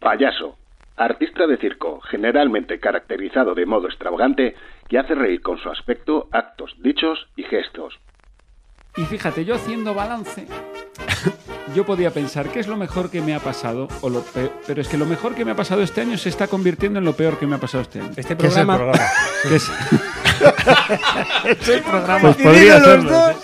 Payaso. Artista de circo, generalmente caracterizado de modo extravagante, que hace reír con su aspecto, actos, dichos y gestos. Y fíjate, yo haciendo balance, yo podía pensar qué es lo mejor que me ha pasado, o lo pe- pero es que lo mejor que me ha pasado este año se está convirtiendo en lo peor que me ha pasado este año. Este ¿Qué es el programa. programa? Que es- Pues podría serlo.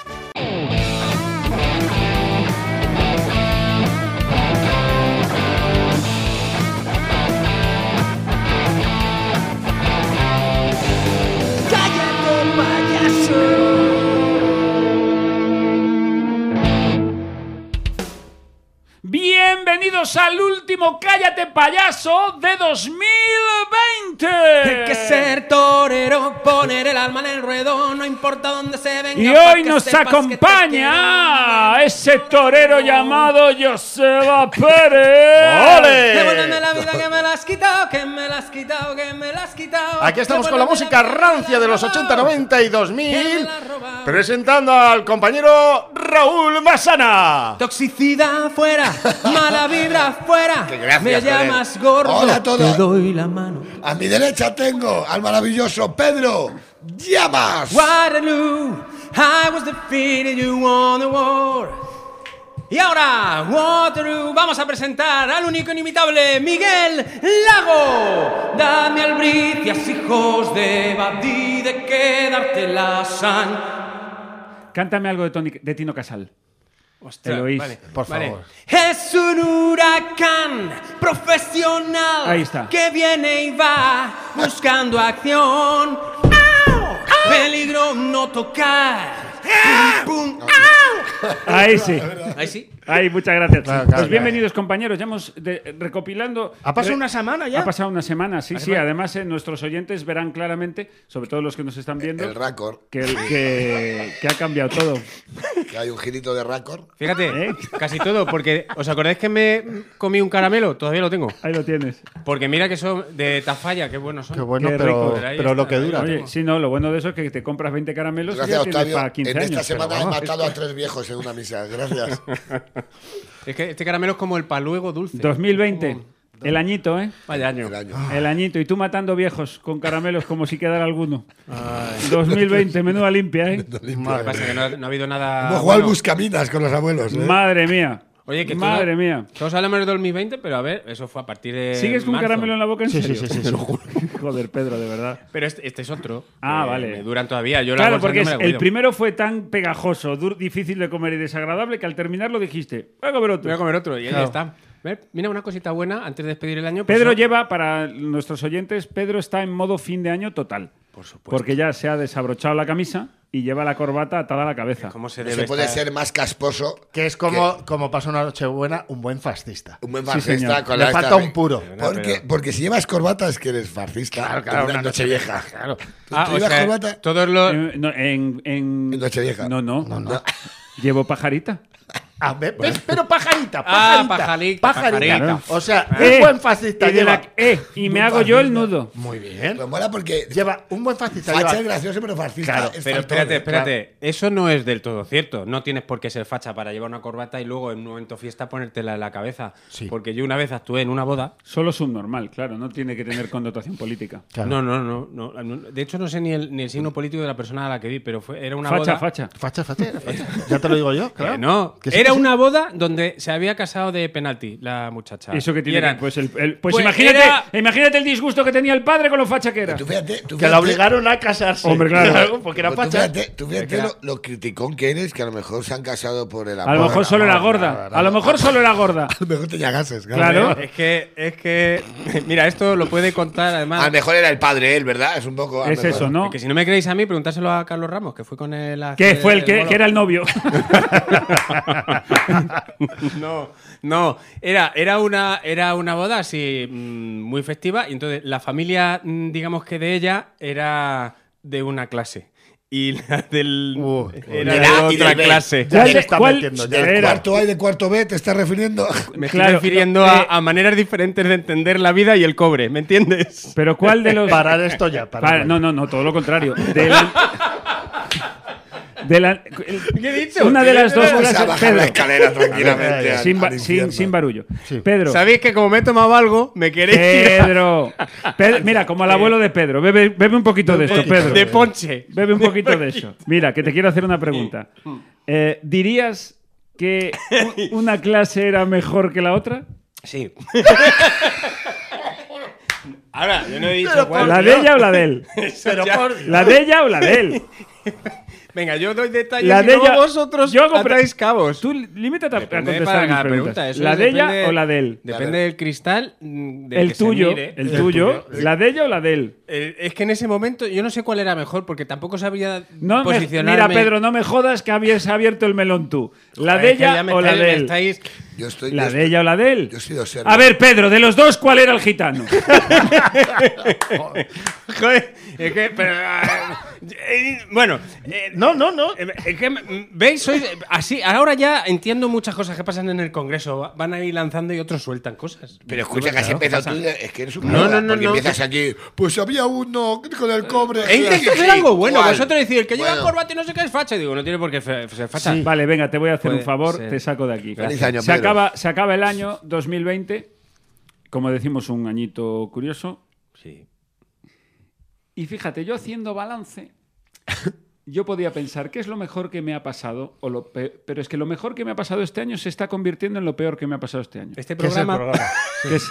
Bienvenidos al último Cállate Payaso de 2020. Eh. Hay que ser torero, poner el alma en el ruedo, no importa dónde se venga. Y pa' hoy que nos sepas que te quiero. acompaña ese torero llamado Joseba Pérez. ¡Ole! Devuélveme la vida que me la has quitado, que me la has quitado, que me la has quitado. Aquí estamos con la Devuélveme música vida que me la rancia de los has 80, robado. 90 y Que me 2000, la has robado. presentando al compañero Raúl Masana. Toxicidad fuera, mala vibra fuera. Que gracias, me llamas gordo. Hola a todos. Te doy la mano. A mi derecha tengo al maravilloso Pedro Llamas. Waterloo, I was defeated, you won the war. Y ahora, Waterloo, vamos a presentar al único inimitable Miguel Lago. Dame albricias, hijos de Badí, de quedarte la san. Cántame algo de, Tony- de Tino Casal. Ostras, Eloís, por favor. Es un huracán profesional Ahí está. que viene y va buscando acción. Peligro no tocar. Pum, pum. Ahí sí. Ahí sí. Ahí, muchas gracias. Claro, claro, pues claro. bienvenidos, compañeros. Ya hemos de- eh, recopilando. ¿Ha pasado re- una semana ya? Ha pasado una semana, sí, sí. Además, eh, nuestros oyentes verán claramente, sobre todo los que nos están viendo, El Raccord. que, que- que ha cambiado todo. Que hay un girito de Raccord. Fíjate, ¿Eh? casi todo, porque ¿os acordáis que me comí un caramelo? Todavía lo tengo. Ahí lo tienes. Porque mira que son de Tafalla, qué buenos son. Qué bueno, Qué pero, rico. Ahí pero está, lo que ahí dura. Oye, sí, no, lo bueno de eso es que te compras 20 caramelos y Gracias, ya tienes Octavio. para 15 en esta años. semana pero he vamos. matado a tres viejos en una misa. Gracias. Es que este caramelo es como el paluego dulce. 2020, Como- el añito, ¿eh? Vaya año. El año. El añito, y tú matando viejos con caramelos como si quedara alguno. 2020, menuda limpia, ¿eh? Lo que pasa es que no, ha- no ha habido nada. Hemos jugado al bueno. buscaminas con los abuelos. ¿eh? Madre mía. Oye, que Madre todo- mía. Todos hablamos de 2020, pero a ver, eso fue a partir de. ¿Sigues con marzo. caramelo en la boca en Sí, sí, serio? sí, sí, sí. Joder, Pedro, de verdad. Pero este, este es otro. Ah, Eh, vale. Me duran todavía. Yo la claro, bolsa porque no me la es- el cuido. primero fue tan pegajoso, dur- difícil de comer y desagradable que al terminarlo dijiste, voy a comer otro. Voy a comer otro y ahí está. Ver, Mira, una cosita buena antes de despedir el año. pues, Pedro no- lleva, para nuestros oyentes, Pedro está en modo fin de año total. Por supuesto. Porque ya se ha desabrochado la camisa y lleva la corbata atada a la cabeza. ¿Cómo se No debe se puede estar? ser más casposo Que es como, como pasa una Nochebuena un buen fascista. un buen Sí, fascista señor. con Le la falta esta- un puro. Porque, porque si llevas corbata es que eres fascista. En una, noche vieja. Claro. ¿Tú, Ah, tú o llevas sea, corbata? todos los. Eh, no, en, en... En Nochevieja. No, no. Llevo pajarita. A ver, ¿ves? Pero pajarita, Ah, pajarita. pajarita, pajarita. O sea, Eh, un buen fascista y de lleva. la- eh, y me hago yo el nudo. Muy bien. Pero Pues mola porque Lleva un buen fascista. facha es lleva- gracioso pero fascista. Claro, es Pero faltón, espérate, ¿eh? espérate. Eso no es del todo cierto. No tienes por qué ser facha para llevar una corbata y luego en un momento fiesta ponértela en la cabeza. Sí. Porque yo una vez actué en una boda. Solo subnormal, claro, no tiene que tener connotación política. Claro. No, no, no, no, no. De hecho, no sé ni el, ni el signo político de la persona a la que vi, pero fue, era una facha, boda. facha. Facha, facha, era facha. Ya te lo digo yo, Que claro. no. Que sí, era que sí. una boda donde se había casado de penalti la muchacha. ¿Y eso que tiene Y que- eran- pues el- el- pues Pues imagínate, era- imagínate el disgusto que tenía el padre con lo facha que era. Tú fíjate, tú Que fíjate- la obligaron a casarse. Hombre, claro. Porque era Pero tú facha. fíjate, tú fíjate lo, lo criticón que eres, que a lo mejor se han casado por el amor. A lo mejor solo era gorda. A lo mejor solo era gorda. A lo mejor tenía gases, Claro. Es que, es que. Mira, esto lo puede contar A además. lo mejor era el padre él, ¿verdad? Es un poco. a lo Es mejor. eso, Ah, ¿no? Que si no me creéis a mí, preguntárselo a Carlos Ramos, que fue con él. a Que hacer fue el que, bolo. que era el novio. No, no. Era, era, una, era una boda así mm, muy festiva. Y entonces la familia, mm, digamos que de ella, era de una clase. Y la del. Uh, era de, y la- y otra del B. clase. Ya ¿Cuál- se está cuál- metiendo. Ya. Del Era. cuarto A y de cuarto B te estás refiriendo. Me Claro, estoy refiriendo no, a, eh, a maneras diferentes de entender la vida y el cobre, ¿me entiendes? Pero ¿cuál de los. Parar esto ya. Para- Parar. no, no, no, todo lo contrario. Del, de la- ¿Qué he dicho? Una de ¿Qué he las dicho? dos Vamos a clases. bajar la Pedro, escalera tranquilamente. al- sin, ba- al sin, infierno. sin barullo. Sí. Pedro. Eh, Sabéis que como me he tomado algo, me queréis tirar Pedro. Pe- Mira, como el abuelo de Pedro. Bebe, bebe un poquito de esto, Pedro. de ponche. Bebe un poquito de eso. Mira, que te quiero hacer una pregunta. Eh, ¿Dirías que u- una clase era mejor que la otra? Sí. Ahora, yo no he dicho Pero cuál. ¿La de ella o la de él? Pero Ya. por Dios. ¿La de ella o la de él? Venga, yo doy detalles La y de luego ella- vosotros yo hago pre- atáis cabos. Tú limítate a- a Depende contestar para a mis cada preguntas. pregunta, eso ¿La de ella depende- o la de él? Depende del cristal mm, del El que se tuyo, mire. el tuyo, la de ella o la de él. El- es que en ese momento yo no sé cuál era mejor porque tampoco sabía No me- posicionarme. mira, Pedro, no me jodas que habías abierto el melón tú. ¿La Joder, de es que ella ya me o la estáis- de me él? estáis- Yo estoy. ¿La yo de estoy- ella o la de él? Yo he sido ser. A ver, Pedro, de los dos, ¿cuál era el gitano? Joder, es que, pero, ah, eh, bueno, eh, No, no, no. eh, es que, mm, ¿veis? Sois, eh, así, ahora ya entiendo muchas cosas que pasan en el Congreso. Van a ir lanzando y otros sueltan cosas. Pero escucha que has empezado tú, es que eres un No, mierda, no, no, porque no. empiezas aquí, pues había uno con el cobre. He intentado E hacer algo bueno. ¿Cuál? Vosotros decís, el que lleva Bueno. corbata y no sé qué es facha. Y digo, no tiene por qué fe- ser facha. Vale, venga, te voy a hacer Puede un favor, ser. te saco de aquí. Feliz año, se, Pedro. acaba, se acaba el año 2020, como decimos, un añito curioso. Sí. Y fíjate, yo haciendo balance, yo podía pensar qué es lo mejor que me ha pasado, o lo pe- pero es que lo mejor que me ha pasado este año se está convirtiendo en lo peor que me ha pasado este año. Este ¿Qué es el programa. programa? Que es-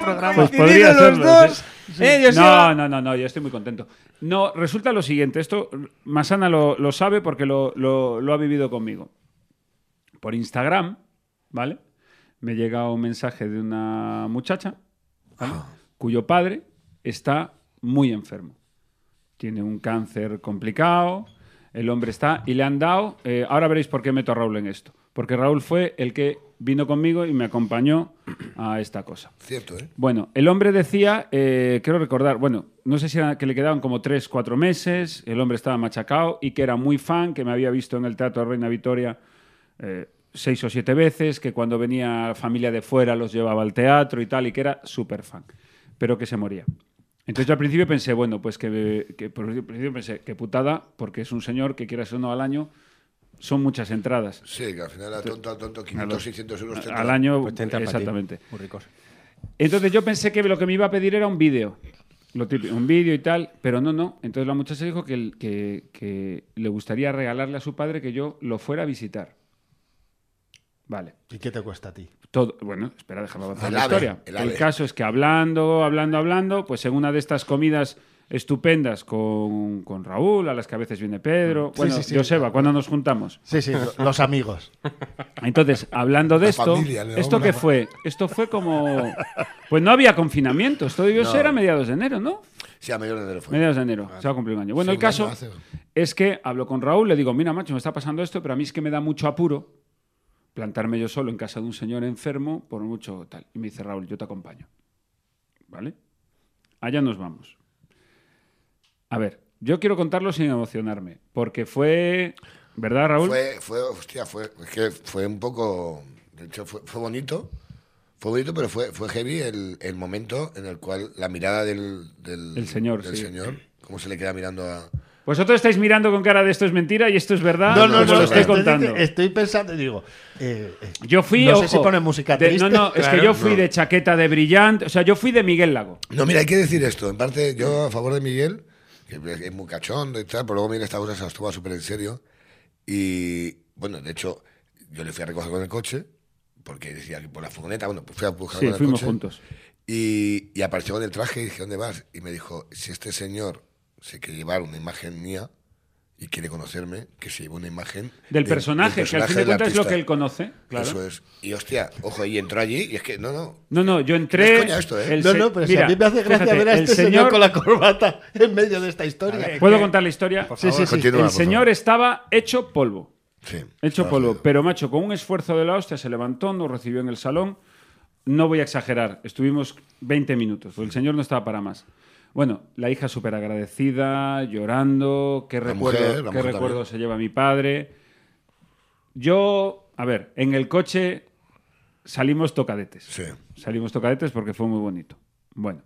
Pues podría coincidido los serlo, dos. sí. Eh, yo no, sigo- no, no, no, yo estoy muy contento. No, resulta lo siguiente, esto Masana lo, lo sabe porque lo, lo- lo ha vivido conmigo. Por Instagram, ¿vale? Me llega un mensaje de una muchacha ¿vale? cuyo padre está muy enfermo. Tiene un cáncer complicado, el hombre está y le han dado, eh, ahora veréis por qué meto a Raúl en esto, porque Raúl fue el que vino conmigo y me acompañó a esta cosa. Cierto, ¿eh? Bueno, el hombre decía, eh, quiero recordar, bueno, no sé si era que le quedaban como tres, cuatro meses, el hombre estaba machacado y que era muy fan, que me había visto en el Teatro Reina Victoria eh, seis o siete veces, que cuando venía familia de fuera los llevaba al teatro y tal, y que era súper fan, pero que se moría. Entonces yo al principio pensé, bueno, pues que, que por el principio pensé, que putada, porque es un señor que quiera ser uno al año, son muchas entradas. Sí, que al final a tonto, a tonto, 500, 600 euros te Al da. año, Pues te entra para ti. exactamente. Muy ricos. Entonces yo pensé que lo que me iba a pedir era un vídeo. Lo típico, un vídeo y tal, pero no, no. Entonces la muchacha dijo que, el- que- que le gustaría regalarle a su padre que yo lo fuera a visitar. Vale. ¿Y qué te cuesta a ti? Todo, bueno, espera, déjame avanzar El la ave, historia. El, el ave. caso es que hablando, hablando, hablando, pues en una de estas comidas estupendas con, con Raúl, a las que a veces viene Pedro, bueno, sí, sí. Joseba, cuando nos juntamos. Sí, sí, lo- los amigos. Entonces, hablando de La esto, familia, le da ¿esto una qué fa- fue? Esto fue como... Pues no había confinamiento, esto debió ser a mediados de enero, ¿no? Sí, a mediados de enero fue. Mediados de enero, se va a cumplir un año. Bueno, Sí, el un caso año hace. es que hablo con Raúl, le digo, mira, macho, me está pasando esto, pero a mí es que me da mucho apuro plantarme yo solo en casa de un señor enfermo por mucho tal. Y me dice, Raúl, yo te acompaño. ¿Vale? Allá nos vamos. A ver, yo quiero contarlo sin emocionarme, porque fue... ¿Verdad, Raúl? Fue, fue, hostia, fue, es que fue un poco. De hecho, fue, fue bonito. Fue bonito, pero fue, fue heavy el, el momento en el cual la mirada del, del, El señor, del sí. señor, cómo se le queda mirando a. Vosotros estáis mirando con cara de esto es mentira y esto es verdad. No, no, os lo no, estoy esto contando. Estoy pensando y digo. eh, eh, Yo fui. No sé ojo, si pone música de- triste. no, no, es que Claro, yo fui no. de chaqueta de brillante. O sea, yo fui de Miguel Lago. No, mira, hay que decir esto. En parte, yo a favor de Miguel, que es es muy cachondo y tal, pero luego, mira, esta cosa se las toma súper en serio. Y, bueno, de hecho, yo le fui a recoger con el coche, porque decía que por la furgoneta, bueno, pues fui a buscar Sí, con el fuimos coche. juntos. Y, y apareció con el traje y dije, ¿dónde vas? Y me dijo, si este señor se quiere llevar una imagen mía y quiere conocerme, que se lleve una imagen... Del de- personaje, que al personaje fin de del cuentas es lo artista". que él conoce. Claro. Eso es. Y, hostia, ojo, y entró allí y es que, no, no, No, no, yo No entré. es coña esto, ¿eh? el no, se- no, pero si mira, a mí me hace gracia fíjate, ver a el este señor, con la corbata en medio de esta historia. ¿Puedo contar la historia? Sí, sí, sí. Continúa, El por favor. señor estaba hecho polvo. Sí. Hecho Ah, polvo. joder. Pero, macho, con un esfuerzo de la hostia se levantó, nos recibió en el salón. No voy a exagerar, estuvimos 20 minutos, porque el señor no estaba para más. Bueno, la hija súper agradecida, llorando, qué La recuerdo, mujer, la qué mujer recuerdo también. se lleva mi padre. Yo, a ver, en el coche salimos tocadetes. Sí. Salimos tocadetes porque fue muy bonito. Bueno,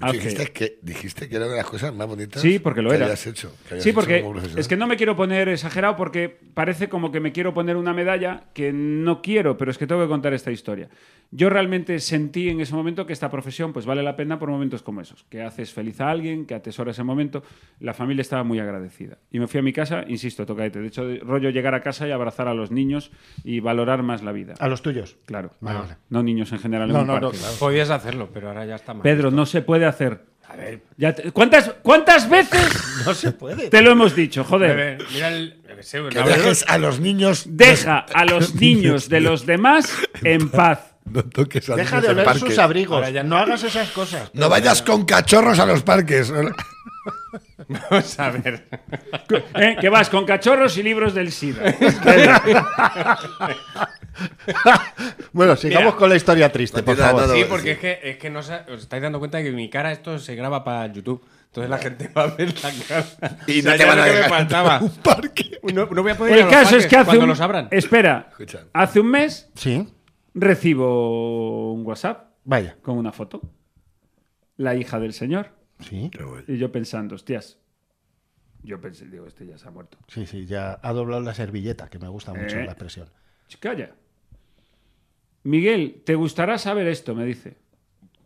Ángel. Dijiste que, dijiste que era una de las cosas más bonitas Sí, porque lo que era. habías hecho. que habías sí, hecho porque como profesional. es que no me quiero poner exagerado porque parece como que me quiero poner una medalla que no quiero, pero es que tengo que contar esta historia. Yo realmente sentí en ese momento que esta profesión pues vale la pena por momentos como esos, que haces feliz a alguien, que atesoras ese momento. La familia estaba muy agradecida. Y me fui a mi casa, insisto, tocadete. De hecho, de- rollo llegar a casa y abrazar a los niños y valorar más la vida. A los tuyos. Claro. Vale, vale. No niños en general. en No, un no, no, parque. claro. Podías hacerlo, pero ahora ya está mal. Pedro, no se puede hacer. A ver, Ya te- ¿Cuántas, ¿Cuántas veces No se puede. te lo hemos dicho? a Joder. ver, mira el. yo qué sé, Que la verdad dejes a los niños. Deja a los niños de los demás en paz. No toques a Deja niños de en oler parques. sus abrigos. Ahora ya no. hagas esas cosas. No vayas con cachorros a los parques. Vamos a ver. ¿Eh? Que vas con cachorros y libros del SIDA. Bueno, sigamos Mira. con la historia triste, por Continúa, favor. no, no. Sí, Todo, porque sí. es que, es que no sa- os estáis dando cuenta de que mi cara, esto se graba para YouTube. Entonces la gente va a ver la cara. Y O sea, no te ya van lo a que me dejar faltaba. un parque. No, no voy a poder ir a El los caso es parques que hace cuando un... los abran. Espera. Escucha. Hace un mes Sí, recibo un WhatsApp vaya. con una foto. La hija del señor. Sí, Y yo pensando, hostias. Yo pensé, digo, este ya se ha muerto. sí, sí, ya ha doblado la servilleta, que me gusta mucho Eh. la expresión. Calla. Miguel, te gustará saber esto, me dice.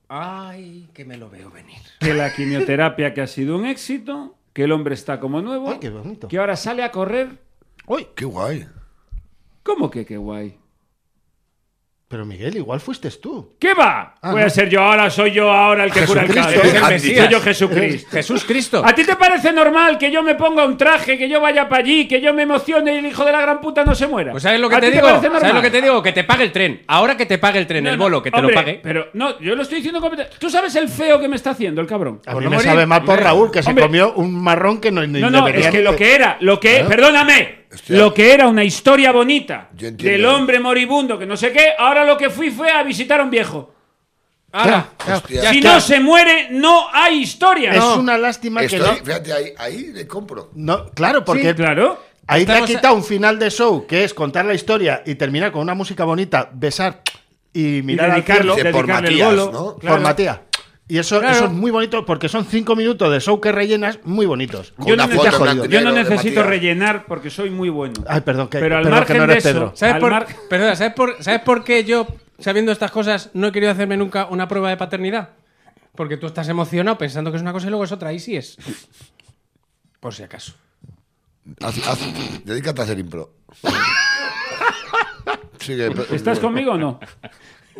Ay, que me lo veo venir. que la quimioterapia que ha sido un éxito, que el hombre está como nuevo, Ay, qué bonito. que ahora sale a correr. Uy, Qué guay. ¿Cómo que qué guay? pero Miguel, igual fuiste tú. ¿Qué va? Ah, Voy a no. ser yo ahora, soy yo ahora el que cura el Jesucristo. cáncer. Eres el Soy Mesías. yo Jesucristo. Jesús Cristo. ¿A ti te parece normal que yo me ponga un traje, que yo vaya para allí, que yo me emocione y el hijo de la gran puta no se muera? Pues ¿sabes lo que ¿A te ti digo? parece ¿Sabes normal? lo que te digo? Que te pague el tren. Ahora que te pague el tren, No, el no, bolo, que te hombre, lo pague. Pero no, yo lo estoy diciendo completamente. ¿Tú sabes el feo que me está haciendo el cabrón? A Por mí no me morir. sabe más por Hombre, Raúl, que se hombre. comió un marrón que no ni No, no, debería es que ni- lo que era, lo que, perdóname, Hostia. lo que era una historia bonita Yo entiendo. del hombre moribundo que no sé qué, ahora lo que fui fue a visitar a un viejo. Ahora, Hostia. ya si está. no se muere, no hay historia. Es No. una lástima que Estoy, no... fíjate, ahí, ahí le compro. no. Claro, porque Sí, claro. Ahí te ha Estamos a- quitado un final de show que es contar la historia y terminar con una música bonita, besar y mirar al dedicarlo, cielo Dice, por dedicarle el Matías, bolo. ¿no? Claro. por Matías. Y eso, Claro. eso es muy bonito porque son cinco minutos de show que rellenas muy bonitos. Con Yo una no foto, necesito- un yo no Yo antenero no de necesito Matías. rellenar porque soy muy bueno. Ay, perdón, que- Pero al perdón, margen que no de eres eso, Pedro. ¿Sabes al por, mar- perdona, ¿sabes por, ¿sabes por qué yo, sabiendo estas cosas, no he querido hacerme nunca una prueba de paternidad? Porque tú estás emocionado pensando que es una cosa y luego es otra. Y sí es. Por si acaso. Haz- haz- dedícate a hacer impro. Sigue, pe- ¿Estás conmigo o no?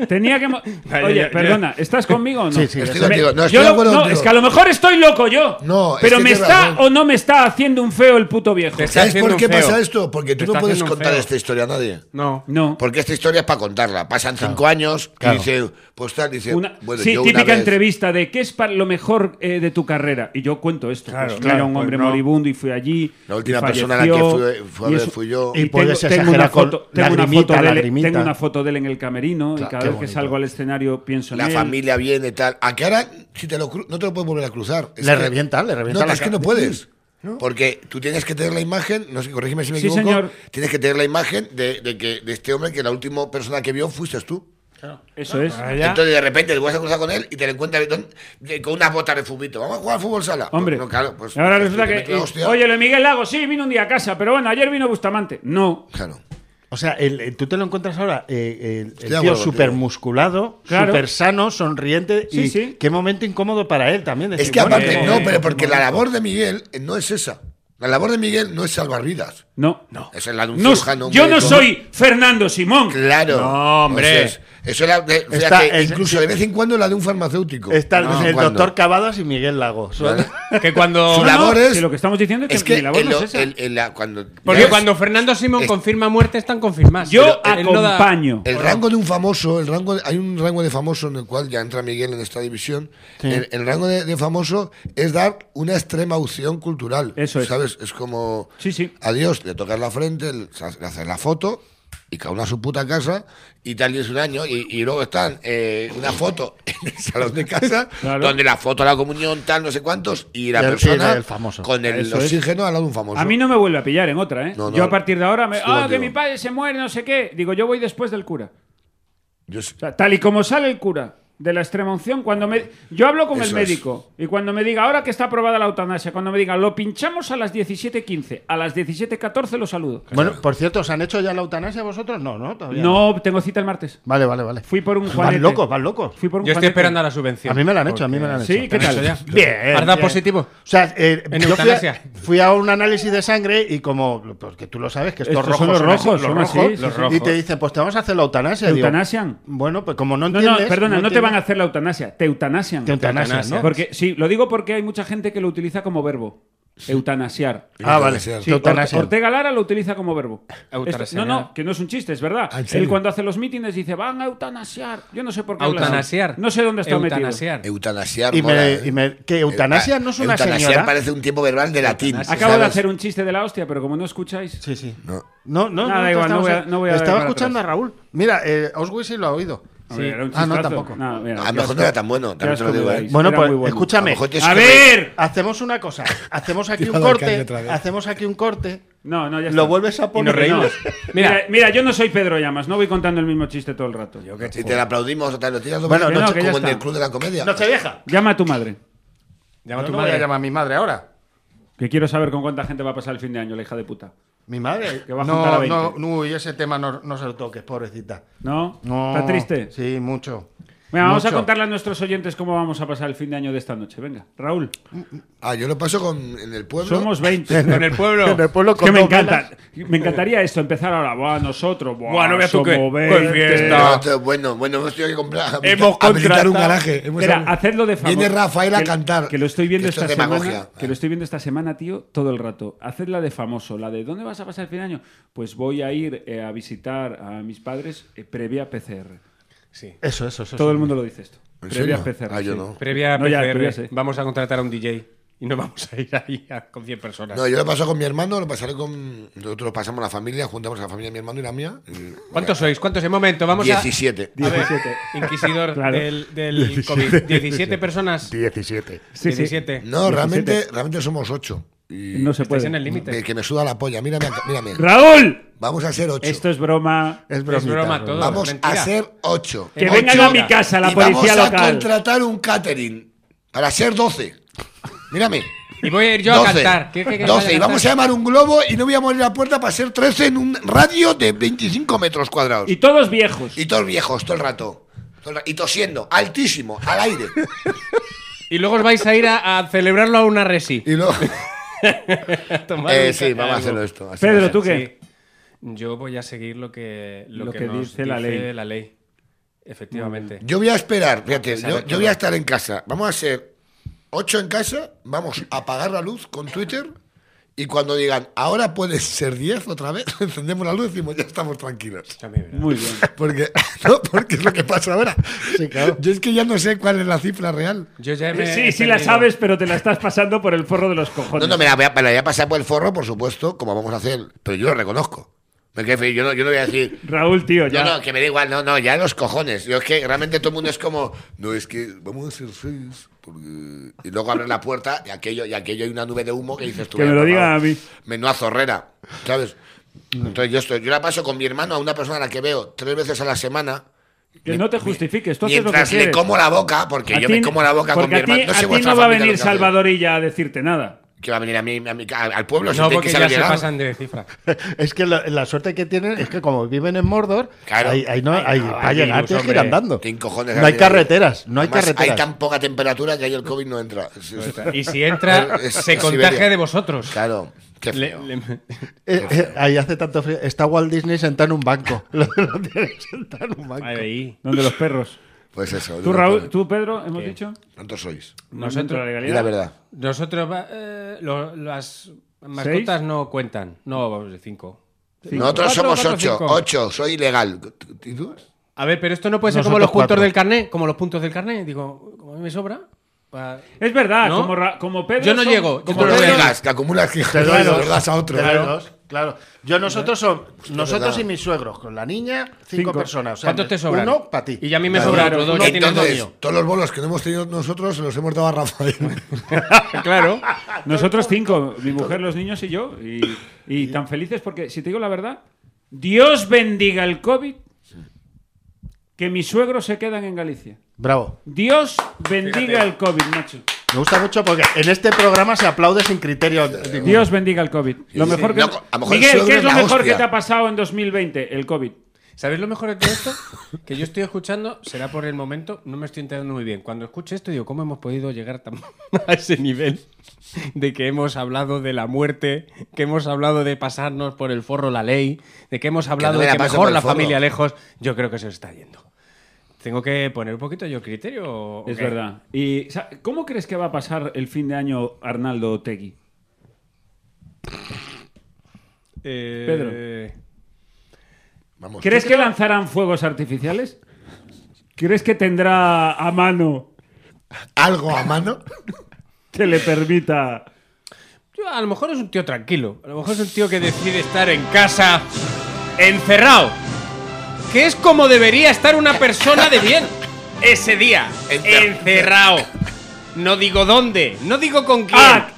Tenía que. mo- Vale, Oye, ya, ya. perdona, ¿estás conmigo o no? Sí, sí, Estoy eso- contigo. No, estoy Yo de lo- acuerdo no, contigo. es que a lo mejor estoy loco yo. No, es pero que me tienes está razón. o no me está haciendo un feo el puto viejo. Te está ¿Sabes haciendo por qué un feo. pasa esto? Porque Te tú no está puedes haciendo un contar feo. esta historia a nadie. No. No. Porque esta historia es para contarla. Pasan cinco años Claro. y dice, pues tal, dice, Una, bueno, sí, yo una típica vez- entrevista de qué es para lo mejor eh, de tu carrera. Y yo cuento esto. Claro, pues, claro, era un pues hombre no. moribundo y fui allí. La última y persona a la que falleció, fui- fue a y ver, eso- fui yo. Y puedes tengo una exagerar con foto, tengo una lagrimita, foto de él- lagrimita. tengo una foto de él en el camerino y cada Claro, qué vez que bonito. salgo al escenario pienso en La él. familia viene y tal. Aunque ahora, si te lo cru- no te lo puedes volver a cruzar. Es Le que- revienta, le revienta No, la es que no cara. puedes. Porque tú tienes que tener la imagen, no sé, corrígeme si me Sí, equivoco. señor. Tienes que tener la imagen de, de que, de este hombre que la última persona que vio fuiste tú. Eso es. Ahora Ah, ya. Entonces de repente te vas a cruzar con él y te lo encuentras de- de- con unas botas de fumito. Vamos a jugar al fútbol sala. Hombre, No, claro, pues, ahora pues, resulta te que. metes la hostia. Oye, lo de Miguel Lago, sí, vino un día a casa, pero bueno, ayer vino Bustamante. No. Claro. O sea, el- el- tú te lo encuentras ahora, eh, el- Estoy el, de tío acuerdo súper musculado, Claro. súper sano, sonriente. Sí, y sí. qué momento incómodo para él también. Es decir, que bueno, eh, aparte, qué no, momento, pero qué porque la momento. labor de Miguel eh, no es esa. La labor de Miguel no es salvar vidas. No. No. Esa es la de un No, cirujano, un yo no médico. soy Fernando Simón. Claro. No, hombre. Eso es, eso es la de- o sea, Está- que es- incluso de vez en cuando la de un farmacéutico. eh, Está De vez en el cuando. doctor Cavadas y Miguel Lago. Son- Claro. Que cuando. Su No, no, labor es. si lo que estamos diciendo es que mi labor el- no es esa. el- el- la- cuando, Porque ya ves, cuando Fernando Simón es- confirma muerte, están confirmadas. Yo Él no da- acompaño. Ah. El rango de un famoso, el rango, hay un rango de famoso en el cual ya entra Miguel en esta división. El, el rango de, de famoso es dar una extrema opción cultural. Eso es. ¿Sabes? Es como. Sí, sí. Adiós, le tocas la frente, le haces la foto y cada uno a su puta casa y tal y es un año y, y luego están eh, una foto en el salón de casa Claro. donde la foto de la comunión tal no sé cuántos y la Y el- y persona el famoso. con el Eso es. oxígeno al lado de un famoso A mí no me vuelve a pillar en otra, ¿eh? No, no. yo a partir de ahora me. Estoy ¡Ah, que contigo. mi padre se muere, no sé qué! Digo, yo voy después del cura. Yo s- O sea, tal y como sale el cura, de la extrema unción, cuando me... Yo hablo con el Eso es. médico y cuando me diga, ahora que está aprobada la eutanasia, cuando me diga, lo pinchamos a las 17.15, a las 17.14 lo saludo. Bueno, por cierto, ¿os han hecho ya la eutanasia vosotros? No, no, todavía. No, este. tengo cita el martes. Vale, vale, vale. Fui por un Vas juanete. loco, vas loco. Fui por un Yo estoy juanete. esperando a la subvención. A mí me la han hecho, a mí me la han hecho. este. Sí, ¿qué Eso tal? ya. Bien. ¿Has dado bien. positivo? O sea, eh, En yo fui a, eutanasia. fui a un análisis de sangre y como, porque tú lo sabes, que estos Estos rojos son los así, rojos, son así, sí, los sí. rojos. Y te dicen, pues te vamos a hacer la eutanasia. Digo, ¿Eutanasian? bueno, pues como no No, entiendes... no, perdona, no, te entiendes- van a hacer la eutanasia, te eutanasian. Te eutanasian, ¿no? Porque, sí, lo digo porque hay mucha gente que lo utiliza como verbo. Eutanasiar. Ah, vale. Eutanasiar. Te Or- eutanasian. Ortega Lara lo utiliza como verbo. Eutanasiar. Esto- no, no, que no es un chiste, es verdad. Ah, ¿en serio? Él cuando hace los mítines dice, van a eutanasiar. Yo no sé por qué habla así. Eutanasiar. No sé dónde está metido. Eutanasiar. Eutanasiar. Y me- mola, ¿eh? y me- que eutanasia no es una eutanasiar señora. parece un tiempo verbal de latín. Eutanasia. Acabo de ¿sabes? hacer un chiste de la hostia, pero como no escucháis... Sí, sí. No. No, no, Nada, te igual, no estabas- voy a- no voy a Estaba dar para escuchando atrás. a Raúl. Mira, eh, Oswi sí lo ha oído. A ver, era un Ah, no, chistazo. tampoco. Nada, mira, A lo qué mejor no era asco. tan bueno, Qué también te lo asco digo. me ¿eh? dais. Bueno, Era pues muy bueno. A escúchame. lo mejor te A escribe- ver. Hacemos una cosa. Hacemos aquí un Tirado al caño corte. otra vez. Hacemos aquí un corte. No, no, ya está. Lo vuelves a poner. reímos. Mira. Mira, mira, yo no soy Pedro Llamas, no voy contando el mismo chiste todo el rato. Si te la aplaudimos o te lo tiras dos Bueno, veces, no, no, que ya como en está. el Club de la Comedia. Noche vieja. Llama a tu madre, Llama a No, tu no voy a madre. llamar a mi madre ahora. que quiero saber con cuánta gente va a pasar el fin de año, la hija de puta. Mi madre. Que va a juntar a no, 20. no, no, uy, ese tema no, no se lo toques, pobrecita. ¿No? No. ¿Está triste? Sí, mucho. Venga, vamos a Mucho. contarle a nuestros oyentes cómo vamos a pasar el fin de año de esta noche. Venga, Raúl, Ah, yo lo paso con, en el pueblo. somos 20. Con el pueblo. En el pueblo Es que con me dos encanta. velas. Me encantaría esto, empezar ahora. Buah, nosotros, buah, Buah, no veas tú somos qué- 20. qué fiesta. Eh, No, te- bueno, bueno, hemos tenido que comprar. habilita- Hemos habilitar contratado- un garaje. hemos Espera, hab- hacedlo de favor. Viene Rafael a Que- cantar. Que lo estoy viendo Esto esta es semana. demagogia. Que lo estoy viendo esta semana, tío, todo el rato. Hacedla de famoso. La de ¿dónde vas a pasar el fin de año? Pues voy a ir eh, a visitar a mis padres eh, previa PCR. Sí. Eso, eso, eso. Todo eso. el mundo lo dice esto. ¿En Previa serio? PCR. Ah, yo sí. no. Previa No, ya, PCR, previa, sí. vamos a contratar a un DJ y no vamos a ir ahí a- con 100 personas. No, yo lo paso con mi hermano, lo pasaré con. Nosotros lo pasamos la familia, juntamos a la familia de mi hermano y la mía. y- ¿Cuántos sois? ¿Cuántos? En momento, vamos a... 17. A ver, 17. inquisidor Claro. del, del COVID. 17 personas. 17. Sí, sí. 17. No, realmente, realmente somos 8. Y No se Estáis puede. en el me- límite. que me suda la polla. Mírame, acá, mírame. ¡Raúl! Vamos a ser 8. Esto es broma. Es broma. Es broma todo. Vamos mentira. a ser 8. Que Ocho. vengan a mi casa la y policía vamos a local. contratar un catering para ser 12. Mírame. Y voy a ir yo a cantar. ¿Qué- qué- qué- 12. Y cantar? vamos a llamar un globo y no voy a morir la puerta para ser 13 en un radio de 25 metros cuadrados. Y Y, todos viejos. todos viejos, todo el rato. Todo el ra- Y tosiendo, altísimo, al aire. Y luego os vais a ir a, a celebrarlo a una resi. Y luego. Tomar Eh, un sí, vamos a algo. hacerlo esto. así va a Pedro, ser. ¿tú qué? Sí. Yo voy a seguir lo que, lo Lo que que nos dice la ley. la ley. Efectivamente. Yo voy a esperar, fíjate, pesar de yo, yo todo. voy a estar en casa. Vamos a ser 8 en casa, vamos a apagar la luz con Twitter y cuando digan, ahora puedes ser 10 otra vez, encendemos la luz y decimos, ya estamos tranquilos. También, ¿verdad? Muy bien. Porque, no, porque es lo que pasa ahora. Yo es que ya no sé cuál es la cifra real. Yo ya me Eh, he Sí, sí la perdido. sabes, pero te la estás pasando por el forro de los cojones. No, no, me la, voy a, me la voy a pasar por el forro, por supuesto, como vamos a hacer, pero yo lo reconozco. Me quedé feliz, yo no, yo no voy a decir, Raúl, tío, ya. No, no, que me da igual, no, no, ya los cojones. Yo es que realmente todo el mundo es como, no, es que vamos a ser seis. porque-". Y luego abren la puerta y aquello, y aquello hay una nube de humo que dices tú. Que me "Vaya, lo por digan favor". a mí. Menuda zorrera, ¿sabes? Entonces yo, estoy, yo la paso con mi hermano a una persona a la que veo tres veces a la semana. Que no te justifiques, tú haces lo que Mientras le quieres. como la boca, porque A yo ti- me como la boca con porque mi a ti- hermano. No sé a ti vuestra no va a familia lo venir que hace. Salvadorilla a decirte nada. Que va a venir a mí, a mi- a- al pueblo. si No, te porque quisiera ya se llegar. pasan de cifra. Es que la, la suerte que tienen es que como viven en Mordor, Claro. ahí, ahí no, ahí, no, para hay llegar virus, tienes que ir hombre. andando. Ten cojones No hay arriba. carreteras, no hay Además, carreteras. Hay tan poca temperatura que ahí el COVID no entra. Sí, está. Y si entra, Es- se es contagia Siberia. de vosotros. Claro, qué Le- feo. le- Eh, eh, ahí hace tanto frío. Está Walt Disney sentado en un banco. Lo, lo tiene sentado en un banco. Ahí. Donde los perros. Pues eso. Tú, no Raúl, puedo. tú, Pedro, hemos dicho. ¿Cuántos sois? Nosotros, la Y la legalidad. verdad. Nosotros, va- eh, lo- las mascotas no cuentan. No, vamos de cinco. Cinco. Nosotros Cuatro, somos cuatro, ocho. cinco. Ocho, soy ilegal. ¿Y tú? A ver, pero esto no puede ser como Nosotros los puntos cuatro. del carnet, como los puntos del carnet. Digo, como a mí me sobra. pa- Es verdad, ¿No? como, Ra- como Pedro. Yo no son- llego, Tú Como lo lo veo. das, que acumulas que Te doy lo dos, das a otro. te doy dos, claro. Yo nosotros son, nosotros verdad. y mis suegros, con la niña, cinco, Cinco. personas. O sea, ¿Cuántos te sobran? Uno para ti. Y a mí me Claro. sobra otro, dos, ya tienes dos Entonces, mío. todos los bolos que no hemos tenido nosotros se los hemos dado a Rafael. Claro. Nosotros cinco, mi mujer, los niños y yo. Y, y tan felices porque, si te digo la verdad, Dios bendiga el COVID. que mis suegros se quedan en Galicia. Bravo. Dios bendiga el COVID, macho. Me gusta mucho porque en este programa se aplaude sin criterio. Dios bendiga el COVID. Lo Sí, mejor sí. que... No, a lo mejor el Miguel, suegro ¿qué es es lo la mejor hostia. que te ha pasado en 2020? El COVID. ¿Sabéis lo mejor de esto? Que yo estoy escuchando, será por el momento, no me estoy enterando muy bien. Cuando escuche esto, digo, ¿cómo hemos podido llegar tan a ese nivel de que hemos hablado de la muerte, que hemos hablado de pasarnos por el forro la ley, de que hemos hablado de me la que paso mejor por el la forro. familia lejos? Yo creo que se os está yendo. Tengo que poner un poquito yo criterio. ¿o Es qué? verdad. ¿Y o sea, cómo crees que va a pasar el fin de año Arnaldo Otegui? Pues Eh, Pedro. Vamos. ¿Crees que lanzarán fuegos artificiales? ¿Crees que tendrá a mano Algo a mano. que le permita? Yo, a lo mejor es un tío tranquilo. A lo mejor es un tío que decide estar en casa, encerrado. Que es como debería estar una persona de bien. Ese día, Encer- encerrado. No digo dónde, no digo con quién. Ah,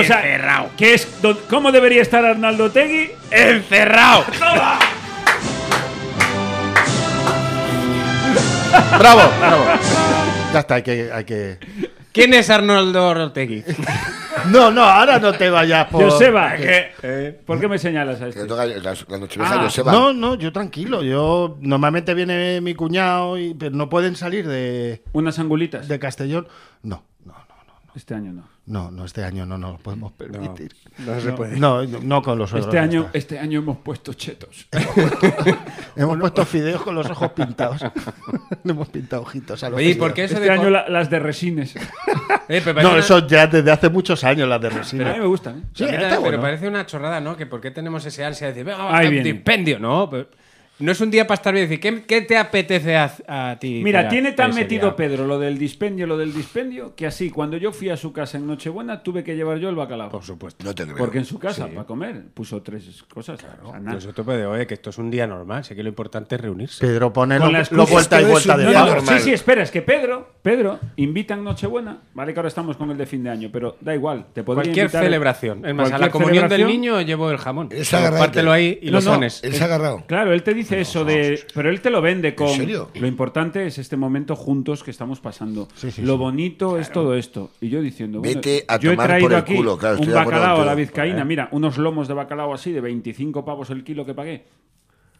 o sea, encerrado. ¿qué es, do- ¿Cómo debería estar Arnaldo Otegui? Encerrado. Bravo, bravo. Ya está, hay que, hay que. ¿Quién es Arnoldo Ortegui? No, no, ahora no te vayas por. Joseba, ¿qué- ¿por qué me señalas a Que le este? toca la, la nochevieja Ah, a Joseba. No, no, yo tranquilo. Yo normalmente viene mi cuñado y pero no pueden salir de, Unas angulitas. de Castellón. No, no, no, no, Este año no. no, no, este año no nos lo podemos permitir. No se puede. No, no, no con los suegros, Este ya año, está. este año hemos puesto chetos. hemos puesto fideos con los ojos pintados. Le hemos pintado ojitos a los Oye, ¿y fideos. por qué eso Este de año co- la- las de resines. Eh, pero parece No, una- eso ya desde hace muchos años las de resina. A mí me gustan. ¿eh? Sí, Pero está bueno. parece una chorrada, ¿no? Que por qué tenemos ese ansia de decir, venga, vamos Ahí a hacer un viene. dispendio, ¿no? pero- no es un día para estar bien y decir, ¿qué, qué te apetece a, a ti? Mira, Mira, tiene tan ese metido día? Pedro lo del dispendio, lo del dispendio, que así, cuando yo fui a su casa en Nochebuena, tuve que llevar yo el bacalao. Por supuesto. No te creo. Porque en su casa, para comer, puso tres cosas. o sea, nada. Yo soy tope de hoy, eh, que esto es un día normal, sé que lo importante es reunirse. Pedro pone Con lo, la lo excusa vuelta es y que vuelta es de un No, día lado. no, normal. sí, sí, espera, es que Pedro, Pedro, invita en Nochebuena. Vale que ahora estamos con el de fin de año, pero da igual, te podría Cualquier invitar- celebración. Es más, a la cualquier comunión del celebración. niño llevo el jamón. Es agradable. Pártelo ahí y No, lo no. pones. Él se ha agarrado. Claro, él te dice eso de. Pero él te lo vende con. serio? Lo importante es este momento juntos que estamos pasando. lo bonito es todo esto. Y yo diciendo. bueno, Vete a yo he tomar traído por el aquí culo, claro, un estoy de acuerdo bacalao a la contigo. Eh. vizcaína. Mira, unos lomos de bacalao así de 25 pavos el kilo que pagué.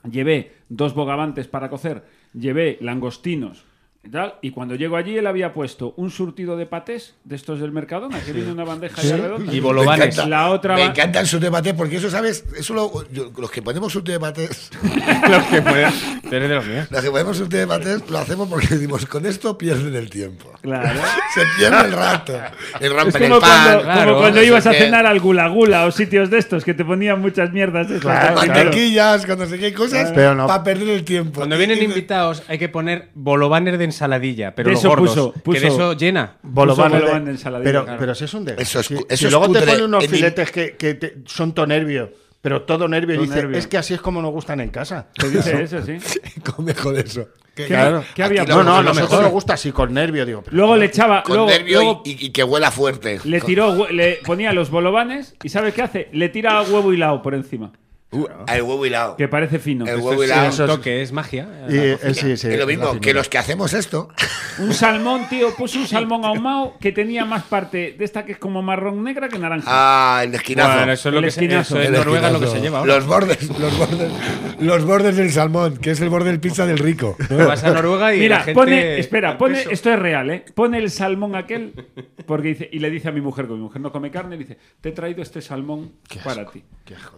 Llevé dos bogavantes para cocer. Llevé langostinos. y tal, Y cuando llego allí, él había puesto un surtido de patés de estos del Mercadona, que viene una bandeja ya redonda. Y Me bolovanes. encanta. La otra Me va- encantan sus debates porque eso, ¿sabes? Eso lo- yo- los que ponemos sus debates, Los que puedan. Tú eres de los míos. los que ponemos sus debates lo hacemos porque decimos, con esto pierden el tiempo. Claro. Se pierde el rato. Y Es rompen como el pan. cuando, claro, como cuando no sé ibas a qué. cenar al Gula Gula o sitios de estos que te ponían muchas mierdas. de esas. Mantequillas, con no sé qué cosas, Pero no. para perder el tiempo. Cuando Y- vienen y- invitados hay que poner bolovanes de ensaladilla, pero De los eso gordos, puso, que puso. de eso llena. Bolovanes Puso de- bolovanes de ensaladilla, pero, claro. pero si es un dedo. Eso es Si- cu- si eso es luego te cutre. ponen unos En mi- filetes que, que te- son todo nervio, pero todo nervio. Todo y dice, nervio. es que así es como nos gustan en casa. Te dice eso, sí. Come con eso. Que- ¿Qué, qué había? Aquí No, no, a Nosotros- nosotros nos gusta así con nervio, digo. pero- Luego le echaba. Con Luego, nervio y- luego y, y que huela fuerte. le tiró, hue- le ponía los bolovanes y ¿sabes qué hace? Le tira huevo hilado por encima, Uh, el huevo hilado. que parece fino. El Esto huevo es, hilado. un toque, es magia. Y, eh, sí, sí, es lo la mismo final. que los que hacemos esto. Un salmón, tío, puso un salmón ahumado que tenía más parte de esta que es como marrón negra que naranja. Ah, el de esquinazo. Bueno, eso es lo El que se, esquinazo. eso en El Noruega es lo que se esquinazo. lleva ahora. Los bordes, los bordes, los bordes del salmón, que es el borde del pizza del rico. Vas a Noruega y la Mira, gente pone, espera, al pone, peso. esto es real, ¿eh? Pone el salmón aquel porque dice, y le dice a mi mujer, que mi mujer no come carne, le dice, te he traído este salmón para ti.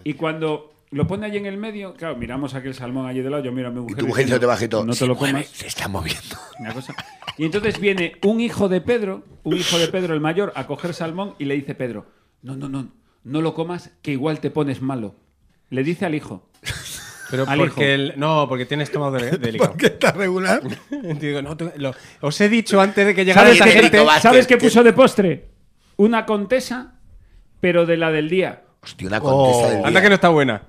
y cuando lo pone allí en el medio, claro, miramos aquel salmón allí de lado, yo miro a mi Y mujer. tu mujer dice diciendo, te bajito. No te se lo mueve, comas. Se está moviendo. Una cosa. Y entonces viene un hijo de Pedro, un hijo de Pedro el mayor, a coger salmón y le dice Pedro, no, no, no, no lo comas, que igual te pones malo. Le dice al hijo. Pero Al porque hijo. el- no, porque tiene estómago de- delicado. ¿Por qué está regular? Digo, no, tú- lo- os he dicho antes de que llegara ¿Sabes, esta qué gente. rico, va? que, Vázquez, ¿Sabes qué que- puso de postre? Una contesa, pero de la del día. Hostia, una contesa Oh. del día. Anda que no está buena.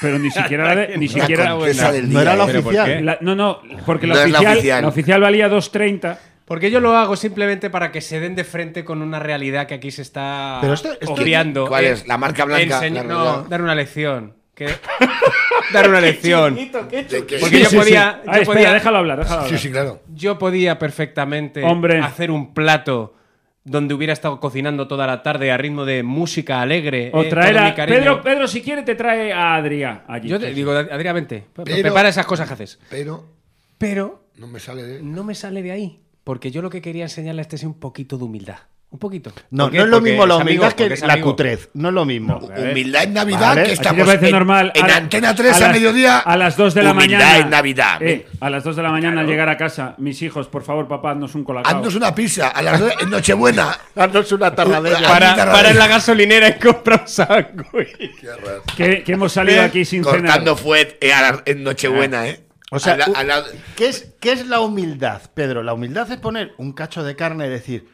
Pero ni siquiera la de- ni Una siquiera contesa la- del No día. era la ¿eh? Pero ¿por qué? oficial. la- no, no, porque la, No es la oficial, la oficial. oficial. valía 2.30. Porque yo lo hago simplemente para que se den de frente con una realidad que aquí se está Pero esto- esto- obviando. ¿Cuál Eh, es? ¿La marca blanca? enseñ- La no, realidad. dar una lección. que dar una lección. De que- Porque yo podía- yo Ay, Ah, espera, podía- déjalo hablar, déjalo Sí, hablar. sí, claro. Yo podía perfectamente Hombre. hacer un plato donde hubiera estado cocinando toda la tarde a ritmo de música alegre. O eh, traer todo mi a. cariño. Pedro, Pedro, si quiere, te trae a Adrián allí. Yo te digo, Adrián, vente. Pero- prepara esas cosas que haces. Pero Pero no me sale de. no me sale de ahí. Porque yo lo que quería enseñarle a este es un poquito de humildad. Un poquito. No, ¿Por qué? no es lo Porque mismo la es amigo, humildad porque que es la amigo. cutrez. No es lo mismo. Humildad en Navidad, Vale, que así que estamos parece en, normal. en A- Antena 3 a, las- mediodía. A las 2 de la humildad mañana. en Navidad. Eh, a las 2 de la mañana al llegar a casa. Mis hijos, por favor, papá, haznos un colacao. Haznos una pizza a las dos- en Nochebuena. Darnos una tarradella. Para, Humildad para en la radical. gasolinera y compra un sándwich. Que, que hemos salido aquí sin cenar. Cortando fuet eh, a la- en Nochebuena, ¿eh? O sea, A la- u- a la- ¿qué, es, ¿qué es la humildad, Pedro? La humildad es poner un cacho de carne y decir,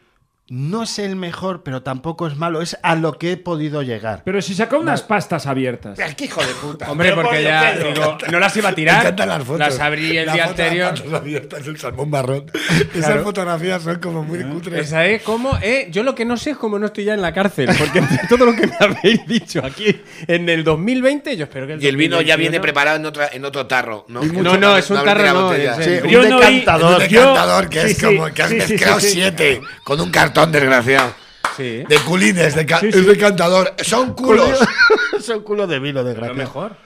no es el mejor, pero tampoco es malo, es a lo que he podido llegar. Pero si sacó unas pastas abiertas. Pero, qué hijo de puta. Hombre, porque ya, digo, no las iba a Me tirar. encantan las fotos. abrí el Las día fotos, anterior. las fotos abiertas del salmón marrón. Esas fotografías son como muy cutres. Esa es como. eh, yo lo que no sé es cómo no estoy ya en la cárcel. Porque entre todo lo que me habéis dicho aquí en el 2020, yo espero que. Y el vino ya viene 2021 preparado en, otra, en otro tarro, ¿no? Que mucho- no, es un abre tarro, la no, botella. es- Sí, Sí, un- un Yo no vi- decantador. un Yo- encantador que sí, es sí, como que has sí, sí, mezclado sí, sí. siete con un cartón desgraciado. Sí. De culines, de ca- Sí, sí. es decantador. Son culos. Son culo de vino, de Lo gracia. mejor.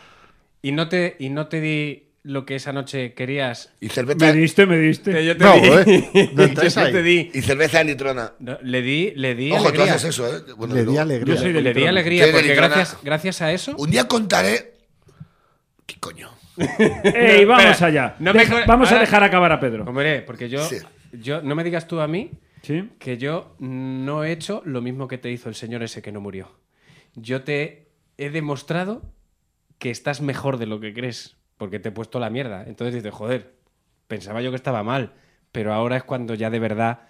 Y no te, y no te di lo que esa noche querías. Y cerveza, Me diste, me diste. yo te Bravo, di- ¿eh? No yo entres ahí. te di. y cerveza de litrona. no, le di, le di Ojo, tú alegría. haces eso, ¿eh? Bueno, Le di luego- alegría. Yo soy de Le di litrona. alegría Sí, de porque litrona. gracias, gracias a eso. Un día contaré. ¿Qué coño? Ey, vamos espera. allá. No me Deja- co- vamos a ahora- dejar acabar a Pedro. Hombre, porque yo, Sí. yo. No me digas tú a mí ¿Sí? que yo no he hecho lo mismo que te hizo el señor ese que no murió. Yo te he demostrado que estás mejor de lo que crees, porque te he puesto la mierda. Entonces dices, joder, pensaba yo que estaba mal, pero ahora es cuando ya de verdad...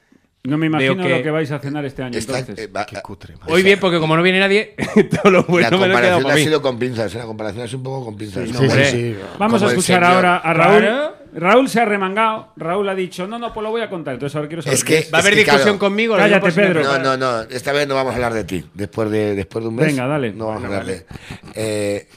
No me imagino Veo que- lo que vais a cenar este año. Está- entonces. eh, va- Qué cutre, madre. Hoy bien, porque como no viene nadie, todo lo La bueno me lo he quedado comparación para ha mí. sido con pinzas, ¿eh? la comparación es un poco con pinzas. Sí, ¿no? sí, Bueno, sí. Vamos a como el escuchar señor. ahora a Raúl. Claro. Raúl se ha remangado. Raúl ha dicho, no, no, pues lo voy a contar. Entonces ahora quiero saber. Es qué que- Va a haber Es que, discusión claro. conmigo. lo Cállate, digo por si me Pedro. No, preparas. no, no, esta vez no vamos a hablar de ti. Después de, después de un mes. Venga, dale. No vamos a hablar de. Eh,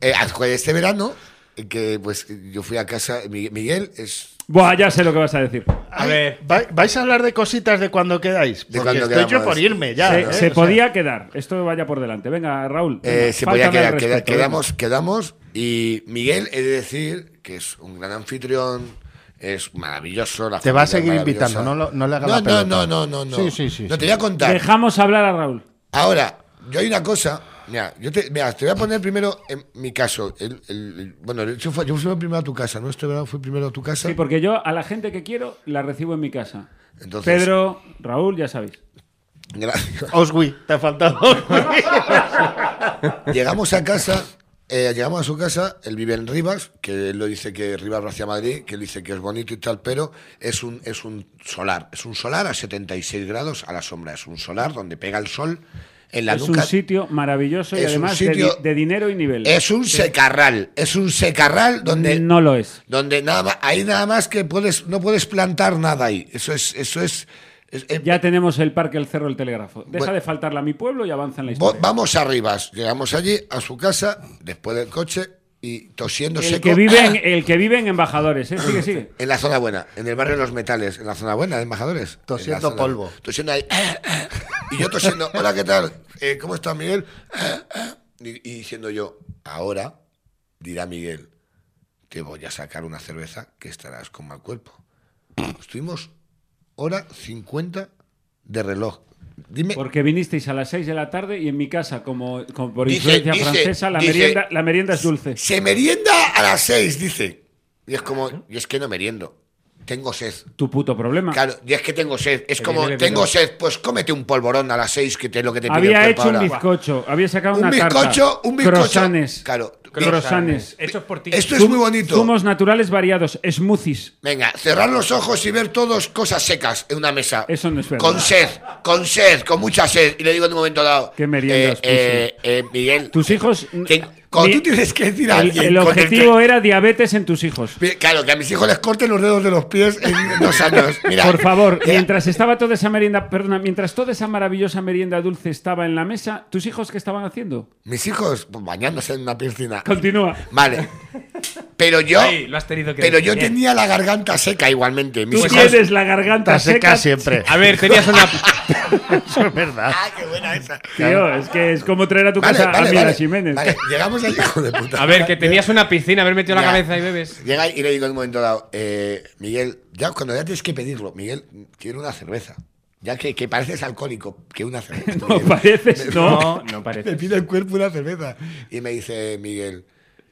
eh, este verano, eh, que pues yo fui a casa. Mi- Miguel es. Buah, ya sé lo que vas a decir. Eh, A ver. ¿Vais a hablar de cositas de cuando quedáis? De Porque cuando estoy yo quedamos. por irme ya. se ¿eh? se O sea, podía quedar. Esto vaya por delante. Venga, Raúl. eh, venga, se fáltame podía al quedar. respeto, queda- venga. quedamos, quedamos. Y Miguel, he de decir que es un gran anfitrión. Es maravilloso. la Te va a familia es seguir maravillosa. invitando, no lo- no le hagas la no, pelota. no, no, no, no, no. Sí, sí, sí, No sí. te voy a contar. Dejamos hablar a Raúl. Ahora, yo hay una cosa. Mira, yo te, mira, te voy a poner primero en mi caso. El, el- el- bueno, yo fui, yo fui primero a tu casa, ¿no? Este verano fui primero a tu casa. Sí, porque yo a la gente que quiero la recibo en mi casa. Entonces- Pedro, Raúl, ya sabéis. Gracias. Oswi, te ha faltado Oswi. llegamos a casa, eh, llegamos a su casa, él vive en Rivas, que él lo dice que Rivas va hacia Madrid, que él dice que es bonito y tal, pero es un, es un solar. Es un solar a 76 grados a la sombra. Es un solar donde pega el sol en la es nuca. un sitio maravilloso y es un además sitio- de, di- de dinero y nivel. Es un secarral. Es un secarral donde. No lo es. donde nada más, ahí nada más que puedes no puedes plantar nada ahí eso es eso es, es- eh, Ya tenemos el parque El Cerro del Telégrafo. Deja Bueno. de faltarla a mi pueblo y avanza en la vo- historia. vamos arriba llegamos allí a su casa después del coche y tosiendo el, seco que vive en, el que vive en embajadores, ¿eh? Sigue, sigue. en la zona buena en el barrio de los metales en la zona buena de embajadores En la Tosiendo zona- polvo. tosiendo ahí eh, y yo tosiendo hola qué tal Eh, cómo está Miguel y, y diciendo yo ahora dirá Miguel te voy a sacar una cerveza que estarás con mal cuerpo Estuvimos hora 50 de reloj. Dime. Porque vinisteis a las 6 de la tarde y en mi casa, como, como por Dice- influencia dice- francesa, la, dice- merienda, la merienda es dulce. Se merienda a las 6, dice. Y es como, y es que no meriendo. Tengo sed. Tu puto problema. Claro, y es que tengo sed. Es Que como, viene bebido. tengo sed, pues cómete un polvorón a las 6, que te, es lo que te pide el había cuerpo hecho un ahora. bizcocho, había sacado Un una tarta. bizcocho, un bizcocho. Croissants. Claro. Croissants. Hechos por ti. Esto es muy bonito. Zumos naturales variados, smoothies. Venga, cerrar los ojos y ver todos cosas secas en una mesa. Eso no es verdad. Con sed, con sed, con mucha sed. Y le digo en un momento dado. Qué meriendas, eh, eh, eh, Miguel. Tus hijos ten- Cuando Mi- tú tienes que decir a El, alguien. el con que- objetivo era diabetes en tus hijos. Mira, Claro, que a mis hijos les corten los dedos de los pies en dos años. Mira, Por favor, mira, mientras estaba toda esa merienda, perdona, mientras toda esa maravillosa merienda dulce estaba en la mesa, ¿tus hijos qué estaban haciendo? Mis hijos pues, bañándose en una piscina. Continúa. Vale. Pero yo. Ahí, lo has tenido que Pero decir, yo bien. tenía la garganta seca igualmente. Mis Tú hijos. tienes la garganta Está seca. seca siempre. A ver, tenías una. Eso es verdad. Ah, qué buena esa. Tío, es que es como traer a tu Vale, casa vale, a Mira vale. Jiménez. Vale, llegamos al hijo de puta. A ver, que tenías una piscina, haber metido la Ya. cabeza y bebes. Llega y le digo en un momento dado, eh, Miguel, ya cuando ya tienes que pedirlo, Miguel, quiero una cerveza. Ya que, que pareces alcohólico, que una cerveza. No Miguel. pareces, no. No, no Me parece. pide el cuerpo una cerveza. Y me dice Miguel,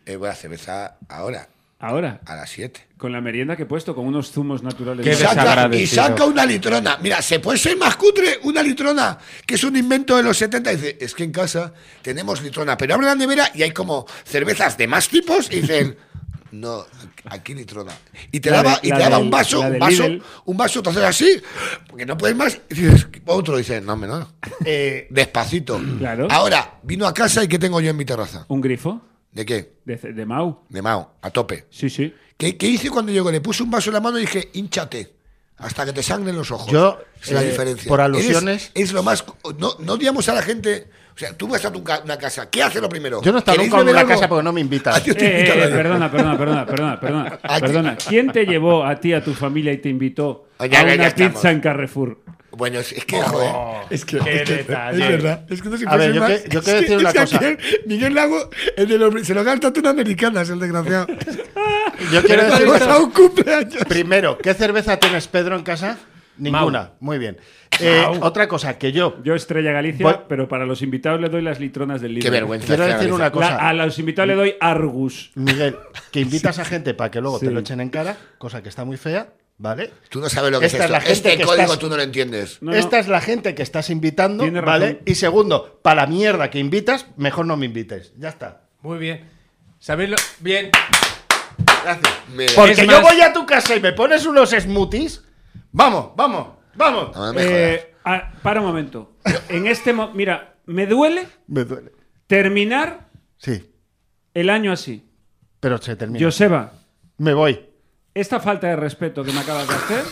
eh, buena cerveza ahora, Ahora, a las 7. con la merienda que he puesto, con unos zumos naturales. Qué Y de- desa- saca, desagradecido. y saca una litrona. Mira, ¿se puede ser más cutre una litrona? Que es un invento de los 70. Y dice, es que en casa tenemos litrona. Pero abre la nevera y hay como cervezas de más tipos. Y dicen, no, aquí litrona. Y te La daba, de- y la te daba del- un vaso, la un del vaso, Lidl. un vaso, te haces así, porque no puedes más. Y dices, otro, dice, no, hombre, no. Eh, Despacito. Claro. Ahora, vino a casa y ¿qué tengo yo en mi terraza? ¿Un grifo? ¿De qué? De, de Mau. De Mao, a tope. Sí, sí. ¿Qué, qué hice cuando llegó? Le puse un vaso en la mano y dije, hinchate. Hasta que te sangren los ojos. Yo, es la eh, diferencia. por Eres- alusiones- es lo más. No, no odiamos a la gente. O sea, tú vas a tu ca- una casa. ¿Qué haces lo primero? Yo no he estado ¿Queréis nunca en beber una algo? casa porque no me invitan. A ti te Eh, eh, invitan a eh, beber. perdona, perdona, perdona, perdona, perdona, perdona. ¿Quién te llevó a ti, a tu familia y te invitó Ah, ya, a ya, ya una pizza estamos. en Carrefour? Bueno, es, es que, Oh, joder. Es que. es, que- detalle. es verdad. Es que no se A ver, puede yo más. que- yo Es quiero decir es una que cosa. ayer Miguel Lago, el de los- se lo gasta tú en americanas, el desgraciado. Yo quiero Pero decir, vamos a un cumpleaños. primero, ¿qué cerveza tienes, Pedro, en casa? Ninguna. Muy bien. Eh, otra cosa que yo Yo Estrella Galicia, Voy- pero para los invitados le doy las litronas del libro. Qué vergüenza. quiero Estrella decir Galicia. una cosa. a los invitados le doy Argus. Miguel, que invitas a gente para que luego Sí. te lo echen en cara, cosa que está muy fea, ¿vale. Tú no sabes lo que Esta es es esto. la gente este que código estás- tú no lo entiendes. No, Esta no. es la gente que estás invitando, Tiene razón. ¿vale? Y segundo, para la mierda que invitas, mejor no me invites. Ya está. Muy bien. ¿Sabéis lo? Bien. Gracias. Mira. Porque Es yo más- voy a tu casa y me pones unos smoothies. Vamos, vamos, vamos. No me jodas. Eh, ah, para un momento. En este mo- mira, me duele Me duele. terminar Sí, el año así. pero se termina. Joseba, Me voy. esta falta de respeto que me acabas de hacer,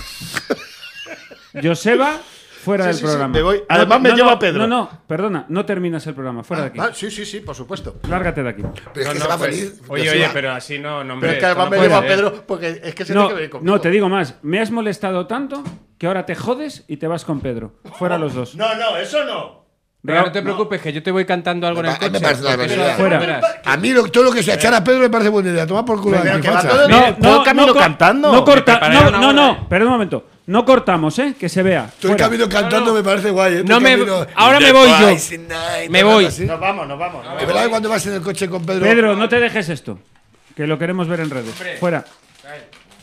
Joseba, fuera Sí, del sí, sí, programa. me voy. Además, me lleva no, No, Pedro. no, perdona, no terminas el programa, fuera de aquí. Ah, sí, sí, sí, por supuesto. Lárgate de aquí. Pero es que No, se no, va pues, feliz. Oye, se oye, va. pero así no, no, hombre, Pero es que esto además no me puede lleva ser. Pedro porque es que se No, tiene que venir conmigo. no, te digo más. Me has molestado tanto que ahora te jodes y te vas con Pedro. Fuera los dos. No, no, eso no. Venga, no te Ra- preocupes, que yo te voy cantando algo en el Me pa- coche. me parece una porque eso barbaridad. lo Fuera. verás. A mí lo- todo lo que se echara a Pedro me parece buena idea. Toma por culo Pero la que va antifacha. todo- No, Mira, todo el camino cor- cantando. No corta, Me preparé no, una no, bola. no, perdón un momento. No cortamos, ¿eh? Que se vea. Todo el Fuera. camino cantando me parece guay. ¿eh? Todo No el me- camino- ahora me voy yo. Twice tonight, Me todo voy. así. Nos vamos, nos vamos. nos De vamos. verdad que cuando vas en el coche con Pedro. Pedro, no te dejes esto. Que lo queremos ver en redes. Fuera.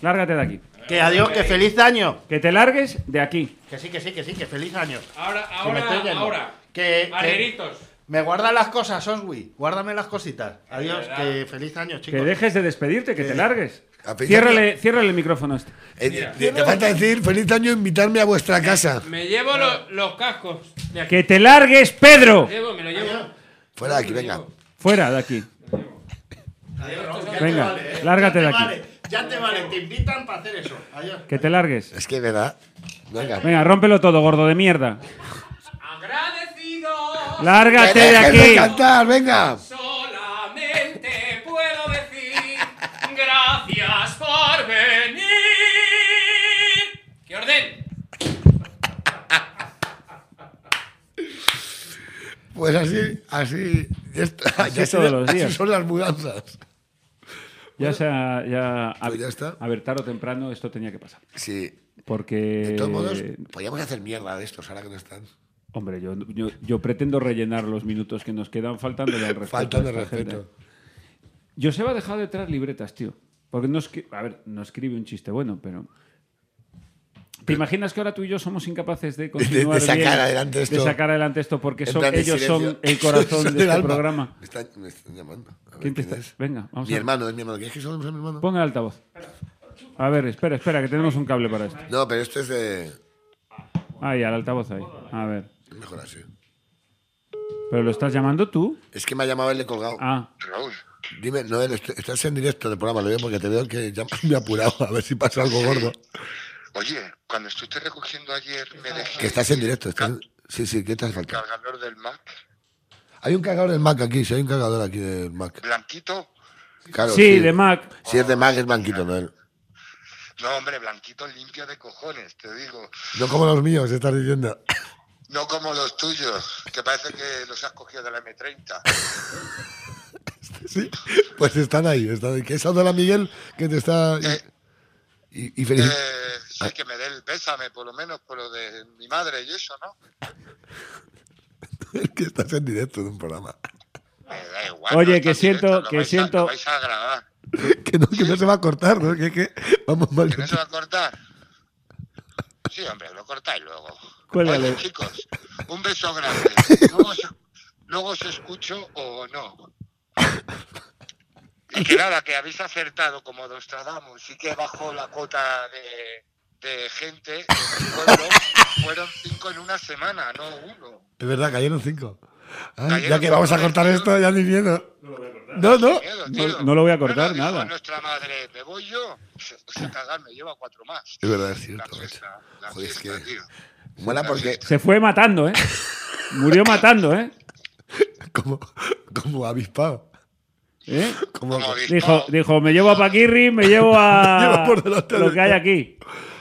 Lárgate de aquí. Que adiós, que feliz año. Que te largues de aquí. Que sí, que sí, que sí, que feliz año. Ahora, Que me estoy ahora, yendo. ahora. Que, que- Arrieritos. me guardan las cosas, Oswi. Guárdame las cositas. Adiós, que feliz año, Que chicos. dejes de despedirte, Eh, que te largues. a pesar- Ciérrale, ciérrale el micrófono a este. Eh, te- te falta decir feliz año invitarme a vuestra casa. Me llevo Ah. lo- los cascos. de aquí. Que te largues, Pedro. Llevo, me lo Ah, llevo. Fuera de aquí, venga. Fuera de aquí. Venga, lárgate de aquí. ya te vale, te invitan para hacer eso. Adiós. Que te largues. Es que verdad. Venga. Venga, rómpelo todo, gordo de mierda. Agradecido. Lárgate Que de dejes de aquí. cantar, venga. Solamente puedo decir gracias por venir. ¡Qué orden! Pues así, así. Ya está. Así ya todos son- los así días. son las mudanzas. Ya sea, ya, a, Pues ya está. a ver, tarde o temprano esto tenía que pasar. Sí. Porque. De todos modos, Eh, podríamos hacer mierda de estos ahora que no están. Hombre, yo, yo, yo pretendo rellenar los minutos que nos quedan faltándole al respeto. Falta de a esta gente. respeto. Joseba ha dejado de traer libretas, tío. Porque no, escri- a ver, no escribe un chiste bueno, pero. ¿Te imaginas que ahora tú y yo somos incapaces de continuar de sacar bien, adelante esto? De sacar adelante esto porque En son, plan de ellos silencio. son el corazón Son de del este alma. programa? Me están, me están llamando. A ver ¿Quién te quién está- es. Venga, vamos Mi a ver. Pues- hermano, es mi hermano. ¿Quieres que saludemos a mi hermano? Ponga el altavoz. A ver, espera, espera, que tenemos un cable para esto. No, pero esto es de. Ahí, al altavoz ahí. A ver. es Mejor así. ¿Pero lo estás llamando tú? Es que me ha llamado él le he colgado. Ah, Raúl. Dime, Noel, est- estás en directo del programa, lo veo porque te veo que ya me he apurado a ver si pasa algo gordo. Oye, cuando estuviste recogiendo ayer, me dejé Que estás en directo. estás en- Sí, sí, ¿qué te hace el falta? Ah. cargador del Mac Hay un cargador del Mac aquí, sí, hay un cargador aquí del Mac. blanquito. Claro, sí, de Mac. Si es de Mac, es blanquito, Noel. No, hombre, blanquito limpio de cojones, te digo. No como los míos, estás diciendo. No como los tuyos, que parece que los has cogido de la M30. Sí, pues están ahí, están ahí. Que es Adora Miguel que te está. Eh. Y, y felici- Eh, Ah. sí, que me dé el pésame, por lo menos, por lo de mi madre y eso, ¿no? que estás en directo de un programa. Me da igual. Oye, no está que en siento- directo, lo que vais a- siento- lo vais a grabar. Que no, que no se va a cortar, ¿no? Que, que- vamos mal. ¿Que no se va a cortar? Sí, hombre, lo cortáis luego. Cuélgale. Oye, chicos, un beso grande. Luego os, luego os escucho o no. Y que nada, que habéis acertado como Nostradamus. Sí que bajó la cuota de, de gente de mi pueblo. Fueron cinco en una semana, no uno. Es verdad, cayeron cinco. Ay, Cayeron ya que cinco. vamos a cortar esto, ya ni miedo. No, no. Miedo, No- tío. no lo voy a cortar, dijo nada. Nuestra madre, me voy yo. O sea, cagar, me lleva cuatro más. Es verdad, es cierto. La macho. fiesta, la Joder, es fiesta, que- tío. Mola porque, Se fue matando, ¿eh? Murió matando, ¿eh? como, como avispado. ¿Eh? Como, Como avispado. Dijo, dijo, me llevo a Paquirri, me llevo Me a llevo por delante lo del que hay todo. aquí.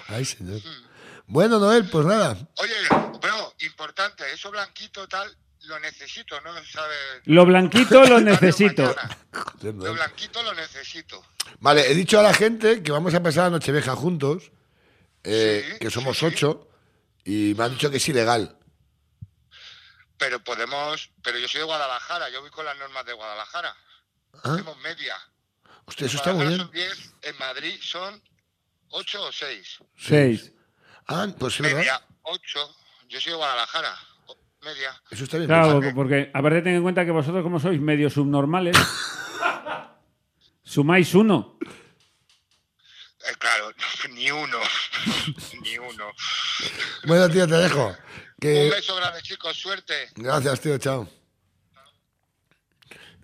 ay, señor. Bueno, Noel, pues nada. Oye, pero importante, eso blanquito tal, lo necesito, ¿no? ¿Sabes? Lo blanquito lo Tarde o necesito. mañana. Joder, Lo Noel. blanquito lo necesito. Vale, he dicho a la gente que vamos a pasar la Nochevieja juntos, eh, Sí, que somos sí, sí. ocho, y me han dicho que es ilegal. Pero podemos, pero yo soy de Guadalajara, yo voy con las normas de Guadalajara. ¿Ah? Tenemos media. Hostia, eso En está muy Guadalajara bien. son 10, en Madrid son 8 o 6. Seis. Ah, pues es verdad. Media, 8. Yo soy de Guadalajara. o- Media. Eso está bien. Claro, pensado. porque aparte ten en cuenta que vosotros como sois medio subnormales, sumáis uno. Eh, claro, ni uno. ni uno. Bueno, tío, te dejo. Que- Un beso grande, chicos. Suerte. Gracias, tío, chao.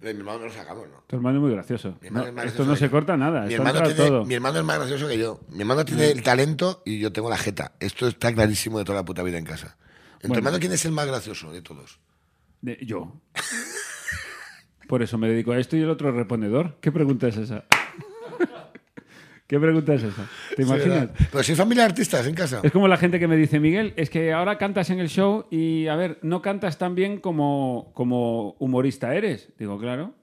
Eh, Mi hermano no lo sacamos, ¿no? Tu hermano es muy gracioso. Mi hermano No, es más esto gracioso no que se yo. corta nada. Mi Ah, está hermano, entrado tiene- todo. Mm. mi hermano es más gracioso que yo. Mi hermano tiene el talento y yo tengo la jeta. Esto está clarísimo de toda la puta vida en casa. ¿En Bueno. tu hermano quién es el más gracioso de todos? De- yo. Por eso me dedico a esto y el otro reponedor. ¿Qué pregunta es esa? ¿Qué pregunta es esa? ¿Te imaginas? Pero si familia de artistas en casa. Es como la gente que me dice, Miguel, es que ahora cantas en el show y, a ver, no cantas tan bien como, como humorista eres. Digo, claro.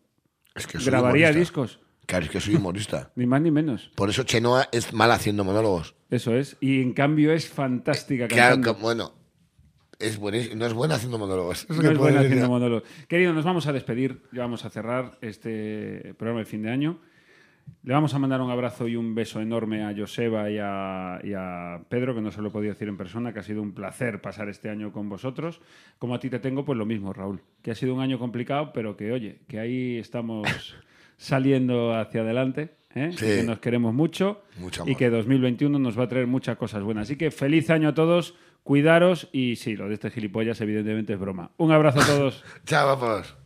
Es que soy Grabaría humorista. discos, Claro, es que soy humorista. ni más ni menos. Por eso Chenoa es mal haciendo monólogos. Eso es. Y en cambio es fantástica Claro, cantando. que, bueno, es buenísimo. No es buena haciendo monólogos. Eso No que es puedo buena decir haciendo ya. monólogos. Querido, nos vamos a despedir. Ya vamos a cerrar este programa de fin de año. Le vamos a mandar un abrazo y un beso enorme a Joseba y a, y a Pedro, que no se lo he podido decir en persona, que ha sido un placer pasar este año con vosotros. Como a ti te tengo, pues lo mismo, Raúl, que ha sido un año complicado, pero que oye, que ahí estamos saliendo hacia adelante, ¿eh? Sí. que nos queremos mucho Mucho y amor. que 2021 nos va a traer muchas cosas buenas. Así que feliz año a todos, cuidaros y sí, lo de este gilipollas evidentemente es broma. Un abrazo a todos. Chao, vamos.